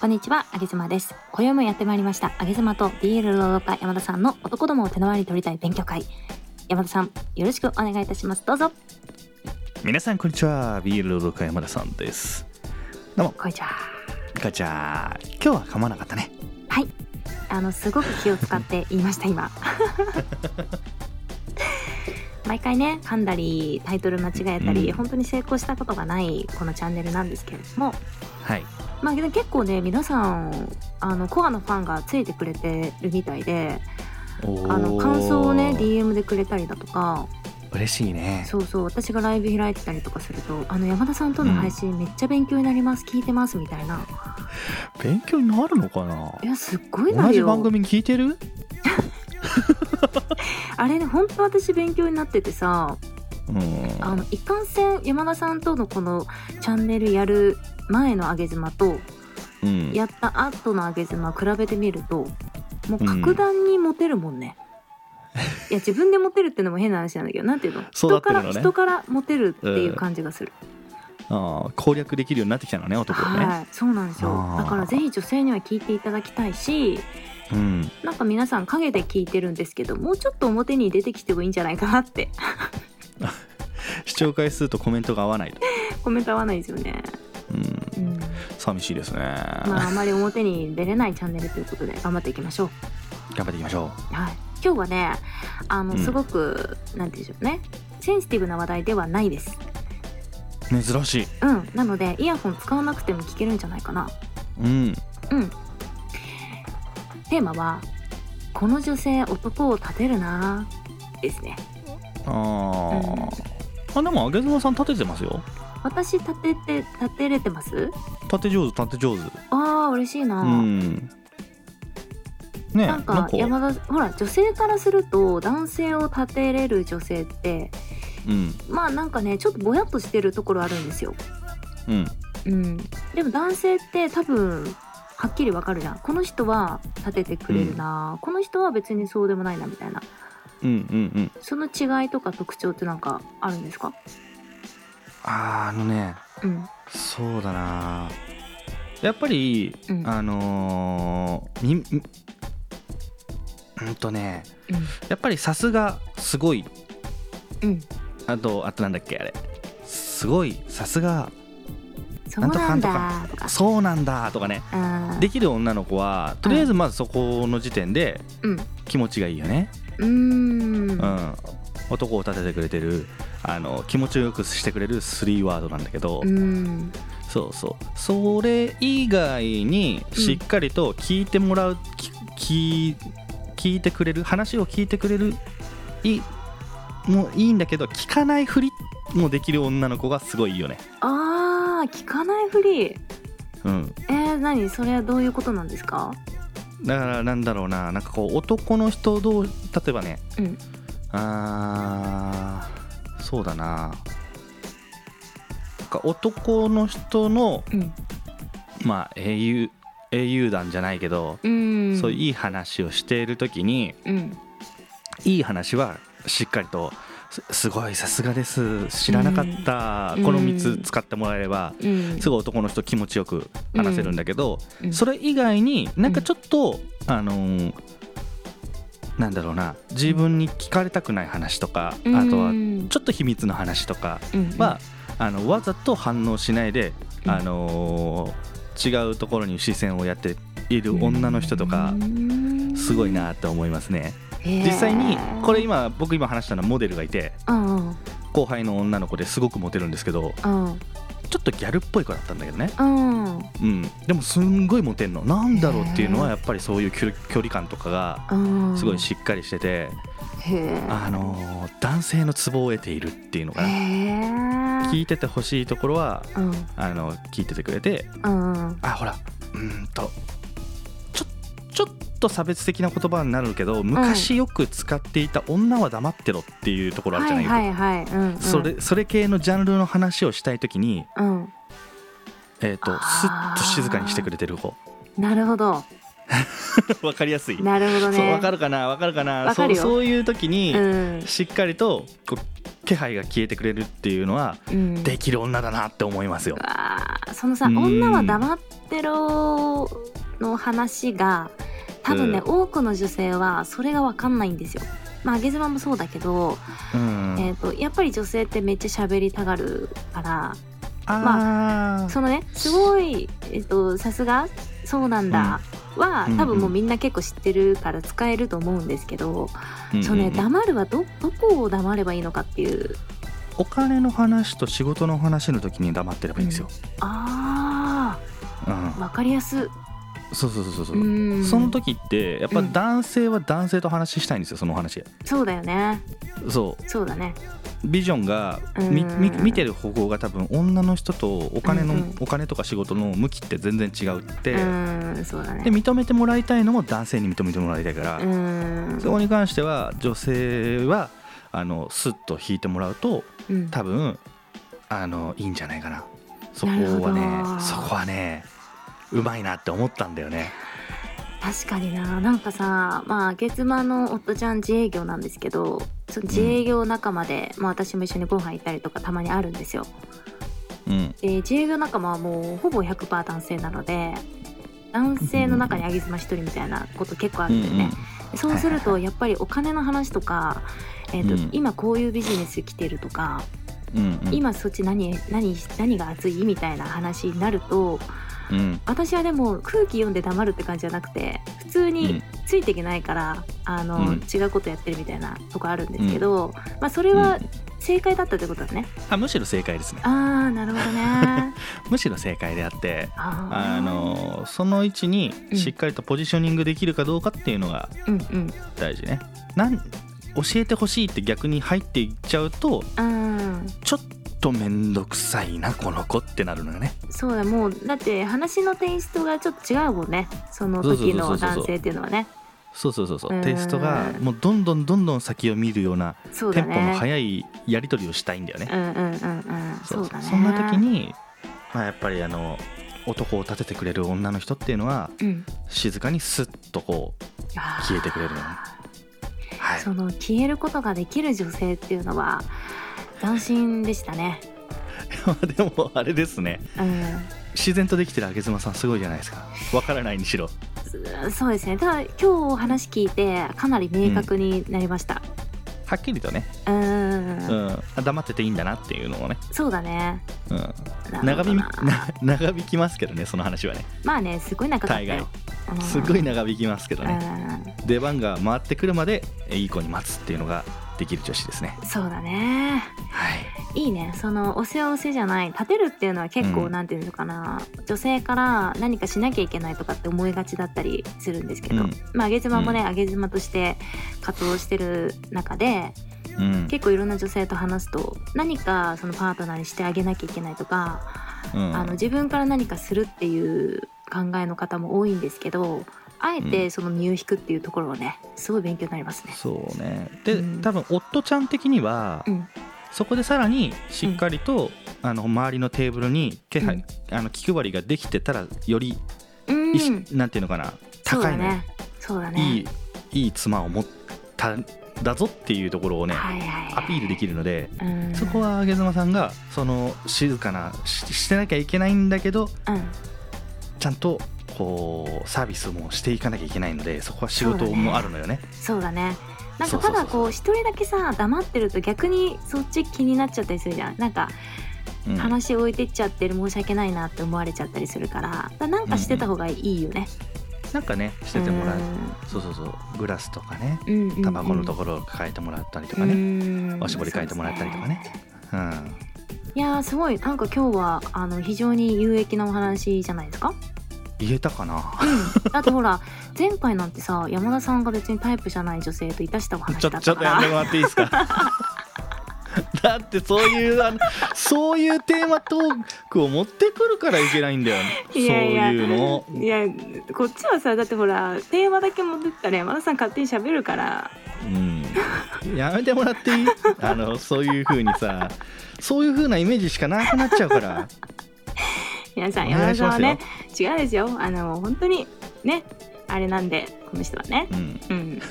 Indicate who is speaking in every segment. Speaker 1: こんにちは、あげずまです。今宵もやってまいりました、あげずまと BL 朗読家山田さんの男どもを手の回りに取りたい勉強会。山田さん、よろしくお願いいたします。どうぞ。
Speaker 2: 皆さんこんにちはビール朗読山田さんです
Speaker 1: こいちゃ
Speaker 2: ガチャ今日は噛まなかったね
Speaker 1: あの、すごく気を使って言いました、今。毎回ね、噛んだり、タイトル間違えたり、
Speaker 2: うん
Speaker 1: 本当に成功したことがないこのチャンネルなんですけれども、
Speaker 2: はい
Speaker 1: まあ、でも結構ね、皆さん、あの、コアのファンがついてくれてるみたいで、あの、感想をね、DM でくれたりだとか、
Speaker 2: 嬉しいね
Speaker 1: そうそう私がライブ開いてたりとかすると「あの山田さんとの配信めっちゃ勉強になります、聞いてます」みたいな
Speaker 2: 勉強になるのかない
Speaker 1: やすっごいな
Speaker 2: 同
Speaker 1: る
Speaker 2: じ
Speaker 1: よ
Speaker 2: 番組聞いてる
Speaker 1: あれね本当私勉強になっててさ
Speaker 2: うん
Speaker 1: あのいかんせん山田さんとのこのチャンネルやる前のあげ妻と
Speaker 2: うん
Speaker 1: やった後のあげ妻比べてみるともう格段にモテるもんね、いや自分でモテるってのも変な話なんだけどなんていうの
Speaker 2: 育
Speaker 1: 人
Speaker 2: っ
Speaker 1: か
Speaker 2: てるの
Speaker 1: ら、
Speaker 2: ね
Speaker 1: 人からモテるっていう感じがする、
Speaker 2: あー攻略できるようになってきたのね男をね、
Speaker 1: はいそうなんですよ
Speaker 2: あ
Speaker 1: だ
Speaker 2: ー
Speaker 1: からぜひ女性には聞いていただきたいし
Speaker 2: うん
Speaker 1: なんか皆さん陰で聞いてるんですけどもうちょっと表に出てきてもいいんじゃないかなって
Speaker 2: 視聴回数とコメントが合わないと、
Speaker 1: コメント合わないですよね、
Speaker 2: うん、
Speaker 1: うん、
Speaker 2: 寂しいですね、
Speaker 1: まあ あまり表に出れないチャンネルということで頑張っていきましょう、
Speaker 2: 頑張っていきましょ
Speaker 1: はい、今日はねあの
Speaker 2: うん
Speaker 1: すごく、なんて言うんでしょうねセンシティブな話題ではないです
Speaker 2: う珍しい
Speaker 1: うんなのでイヤホン使わなくても聞けるんじゃないかな
Speaker 2: うん
Speaker 1: うんテーマは「この女性男を立てるな」ですね
Speaker 2: あー、あでもあげずまさん立ててますよ
Speaker 1: 私立てて立てれてます
Speaker 2: 立て上手立て上手
Speaker 1: あー嬉しいな、
Speaker 2: うんね
Speaker 1: なんか山田ほら女性からすると男性を立てれる女性って
Speaker 2: うん
Speaker 1: まあなんかねちょっとぼやっとしてるところあるんですよ。
Speaker 2: うん
Speaker 1: うん、でも男性って多分はっきりわかるじゃんこの人は立ててくれるな、この人は別にそうでもないなみたいな
Speaker 2: うんうんうん
Speaker 1: その違いとか特徴ってなんかあるんですか、
Speaker 2: あーあのね
Speaker 1: うん
Speaker 2: そうだなやっぱり
Speaker 1: うん
Speaker 2: あのー、みみうんとねやっぱりさすがすごい
Speaker 1: うんうん、
Speaker 2: あとあとなんだっけあれすごいさすが
Speaker 1: そうなん
Speaker 2: な
Speaker 1: だとか
Speaker 2: そうなんだとかね
Speaker 1: うん
Speaker 2: できる女の子はとりあえずまずそこの時点で
Speaker 1: うん
Speaker 2: 気持ちがいいよね、
Speaker 1: うーん
Speaker 2: うん男を立ててくれてるあの気持ちをよくしてくれる3ワードなんだけど、
Speaker 1: うん
Speaker 2: そうそうそれ以外にしっかりと聞いてもらう、き聞い聞いてくれる話を聞いてくれるいもういいんだけど聞かないふりもできる女の子がすごいいいよね
Speaker 1: あー聞かないふり
Speaker 2: うん
Speaker 1: えー、何それはどういうことなんですか
Speaker 2: だからなんだろうななんかこう男の人どう例えばね、
Speaker 1: うん
Speaker 2: あーそうだななんか男の人の
Speaker 1: うん
Speaker 2: まあ英雄英雄団じゃないけど、
Speaker 1: うん
Speaker 2: そういういい話をしている時に
Speaker 1: うん
Speaker 2: いい話はしっかりとすすごいさすがです知らなかった、
Speaker 1: うん
Speaker 2: この
Speaker 1: うん
Speaker 2: 3つ使ってもらえれば、
Speaker 1: うん
Speaker 2: すごい男の人気持ちよく話せるんだけど、
Speaker 1: うん
Speaker 2: それ以外になんかちょっと、あのーなんだろうな自分に聞かれたくない話とか、あとはちょっと秘密の話とかは、あのわざと反応しないで、
Speaker 1: うん
Speaker 2: あのー違うところに視線をやっている女の人とか、すごいなって思いますね。実
Speaker 1: 実
Speaker 2: 際にこれ今僕今話したのはモデルがいて
Speaker 1: うんうん
Speaker 2: 後輩の女の子ですごくモテるんですけ
Speaker 1: う
Speaker 2: ど
Speaker 1: ん
Speaker 2: ちょっとギャルっぽい子だったんだけどね、
Speaker 1: うん
Speaker 2: うん、でもすんごいモテんのなんだろうっていうのはやっぱりそういう距離距離感とかが
Speaker 1: うん
Speaker 2: すごいしっかりしてて、
Speaker 1: へえ
Speaker 2: あのー男性のツボを得ているっていうのかな
Speaker 1: へえ
Speaker 2: 聞いててほしいところは
Speaker 1: うん
Speaker 2: あの聞いててくれて
Speaker 1: うん
Speaker 2: あほらうーんとちょちょっと差別的な言葉になるけど昔よく使っていた女は黙ってろっていうところあるじゃ
Speaker 1: は
Speaker 2: ないい
Speaker 1: はいはいうんうん
Speaker 2: それそれ系のジャンルの話をしたい時に、
Speaker 1: うん
Speaker 2: えー、とス
Speaker 1: あー
Speaker 2: ッと静かにしてくれてる方
Speaker 1: なるほど
Speaker 2: わかりやすい、
Speaker 1: なるほど
Speaker 2: そう
Speaker 1: ね
Speaker 2: わかるかなわかるかな
Speaker 1: わかるよ
Speaker 2: そうそういう時に、
Speaker 1: うん
Speaker 2: しっかりとこう気配が消えてくれるっていうのは
Speaker 1: うん
Speaker 2: できる女だなって思いますよ
Speaker 1: う。わーそのさ、
Speaker 2: うん
Speaker 1: 女は黙ってろの話が多分ね、
Speaker 2: う
Speaker 1: 多くの女性はそれが分かんないんですよ。まあ、上げ妻もそうだけど、
Speaker 2: うん
Speaker 1: えー、とやっぱり女性ってめっちゃ喋りたがるから
Speaker 2: あー
Speaker 1: そのねすごい、えー、とさすがそうなんだ、は多分もうみんな結構知ってるから使えると思うんですけど、
Speaker 2: うん
Speaker 1: そのね
Speaker 2: うんうん
Speaker 1: 黙るはどどこを黙ればいいのかっていう
Speaker 2: お金の話と仕事の話の時に黙ってればいいんですよ。
Speaker 1: あ
Speaker 2: うん
Speaker 1: ー分かりやす
Speaker 2: そうそうそうそう。
Speaker 1: うん
Speaker 2: その時ってやっぱ男性は男性と話したいんですよその話
Speaker 1: そうだよね
Speaker 2: そう
Speaker 1: そうだね
Speaker 2: ビジョンがみ
Speaker 1: うん
Speaker 2: み見てる方向が多分女の人とお金の、
Speaker 1: うんうん
Speaker 2: お金とか仕事の向きって全然違うって、
Speaker 1: うーんそうだね
Speaker 2: で認めてもらいたいのも男性に認めてもらいたいから、
Speaker 1: うーん
Speaker 2: そこに関しては女性はあのスッと引いてもらうと
Speaker 1: うん
Speaker 2: 多分あのいいんじゃないかなそこ
Speaker 1: なるほ
Speaker 2: は
Speaker 1: ど
Speaker 2: ねそこはねうまいなって思ったんだよね。
Speaker 1: 確かにななんかさまあ月間の夫ちゃん自営業なんですけどその自営業仲間で、まあ、私も一緒にご飯行ったりとかたまにあるんですよ
Speaker 2: うん、
Speaker 1: で自営業仲間はもうほぼ100%男性なので男性の中にあげ妻一人みたいなこと結構あるんだよね、そうするとやっぱりお金の話とか、えーと
Speaker 2: うん
Speaker 1: 今こういうビジネス来てるとか、
Speaker 2: うんうんうん
Speaker 1: 今そっち何何何が熱いみたいな話になると
Speaker 2: うん
Speaker 1: 私はでも空気読んで黙るって感じじゃなくて普通についていけないから、あの
Speaker 2: うん
Speaker 1: 違うことやってるみたいなとこあるんですけど、まあ、それは正解だったってことだね。
Speaker 2: あむしろ正解ですね
Speaker 1: ああなるほど ね。
Speaker 2: むしろ正解であって
Speaker 1: あー
Speaker 2: あのその位置にしっかりとポジショニングできるかどうかっていうのが
Speaker 1: うんうん
Speaker 2: 大事ね。なん教えてほしいって逆に入っていっちゃうと
Speaker 1: うん
Speaker 2: ちょっと面倒くさいなこの子ってなるのよね。
Speaker 1: そうだもうだって話のテイストがちょっと違うもんねその時の男性っていうのはね
Speaker 2: そうそうそうそううんテイストがもうどんどんどんどん先を見るような
Speaker 1: そう
Speaker 2: テ
Speaker 1: だ
Speaker 2: ンポの
Speaker 1: ね
Speaker 2: 速いやり取りをしたいんだよね。
Speaker 1: うんうんうんうんそうだね
Speaker 2: そんな時に、まあ、やっぱりあの男を立ててくれる女の人っていうのは
Speaker 1: うん
Speaker 2: 静かにスッとこう
Speaker 1: あー
Speaker 2: 消えてくれるのねはい
Speaker 1: その消えることができる女性っていうのは斬新でしたね。
Speaker 2: でもあれですね
Speaker 1: うん
Speaker 2: 自然とできてるあげ妻さんすごいじゃないですかわからないにしろ
Speaker 1: そそうですねただ今日お話聞いてかなり明確になりました
Speaker 2: はっきりとね、
Speaker 1: うーん
Speaker 2: うん、あ黙ってていいんだなっていうのもね、
Speaker 1: そうだね
Speaker 2: うん、
Speaker 1: なる
Speaker 2: 長
Speaker 1: ほど
Speaker 2: 引
Speaker 1: な
Speaker 2: き長引きますけどねその話はね
Speaker 1: まあねすごい長かった
Speaker 2: 大概
Speaker 1: よ、うん
Speaker 2: すごい長引きますけど
Speaker 1: う
Speaker 2: ね、
Speaker 1: ん
Speaker 2: 出番が回ってくるまでえいい子に待つっていうのができる女子ですね
Speaker 1: そうだね
Speaker 2: はい
Speaker 1: いいねそのお世話お世じゃない立てるっていうのは結構、
Speaker 2: うん
Speaker 1: なんていうのかな女性から何かしなきゃいけないとかって思いがちだったりするんですけど、
Speaker 2: うん
Speaker 1: まああげ妻もね、あげ妻として活動してる中で
Speaker 2: うん、
Speaker 1: 結構いろんな女性と話すと何かそのパートナーにしてあげなきゃいけないとか
Speaker 2: うん
Speaker 1: あの自分から何かするっていう考えの方も多いんですけどあえ
Speaker 2: う
Speaker 1: て
Speaker 2: ん
Speaker 1: その身を引くっていうところはねすごい勉強になりますね。
Speaker 2: そうねで、
Speaker 1: うん
Speaker 2: 多分夫ちゃん的には、
Speaker 1: うん
Speaker 2: そこでさらにしっかりと、あの周りのテーブルに気配、
Speaker 1: うん
Speaker 2: あの気配りができてたらより
Speaker 1: うん
Speaker 2: 意識なんていうのかな
Speaker 1: そう
Speaker 2: 高
Speaker 1: だ
Speaker 2: いのよ
Speaker 1: ねそうだね
Speaker 2: いいいい妻を持ったんだぞっていうところをね
Speaker 1: はいはいはい、
Speaker 2: アピールできるので
Speaker 1: うん
Speaker 2: そこは上妻さんがその静かなししてなきゃいけないんだけど
Speaker 1: うん
Speaker 2: ちゃんとこうサービスもしていかなきゃいけないのでそこは仕事
Speaker 1: そうだね
Speaker 2: もあるのよね。
Speaker 1: そうだねなん
Speaker 2: そ
Speaker 1: か
Speaker 2: うそう
Speaker 1: ただ
Speaker 2: そう
Speaker 1: こう一人だけさ黙ってると逆にそっち気になっちゃったりするじゃんなんか
Speaker 2: うん
Speaker 1: 話置いてっちゃってる申し訳ないなって思われちゃったりするからだからなんかしてた方がいいよね。
Speaker 2: なんかねしててもらう
Speaker 1: うん
Speaker 2: そうそうそうグラスとかね
Speaker 1: うんうんうん
Speaker 2: タバコのところを変えてもらったりとかね
Speaker 1: ね
Speaker 2: おしぼり変えてもらったりとかね。うん
Speaker 1: いやーすごいなんか今日はあの非常に有益なお話じゃないです か。
Speaker 2: 言えたかな
Speaker 1: うん、だってほら前回なんてさ山田さんが別にタイプじゃない女性といたしたお話
Speaker 2: ちょ
Speaker 1: だっ
Speaker 2: ちょ
Speaker 1: た
Speaker 2: っ
Speaker 1: か
Speaker 2: とやめ
Speaker 1: ら。
Speaker 2: てもらっていいですかだってそういうあのそういうテーマトークを持ってくるからいけないんだよ
Speaker 1: いやいや
Speaker 2: そういうのを
Speaker 1: いやこっちはさだってほらテーマだけ持ってったら山田さん勝手に喋るから
Speaker 2: うん、やめてもらっていいあのそういう風にさそういう風なイメージしかなくなっちゃうから
Speaker 1: 皆さん
Speaker 2: お
Speaker 1: 山田
Speaker 2: 願いし
Speaker 1: さん
Speaker 2: ま
Speaker 1: は
Speaker 2: すよ
Speaker 1: ね、違うですよあの本当にねあれなんでこの人はね
Speaker 2: うん、
Speaker 1: うん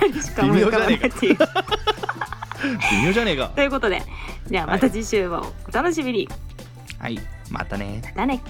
Speaker 1: あれしか思い浮かばないっていう
Speaker 2: 微妙じゃねえか
Speaker 1: ということでじゃあまた次週をお楽しみに、
Speaker 2: はいまたね
Speaker 1: だね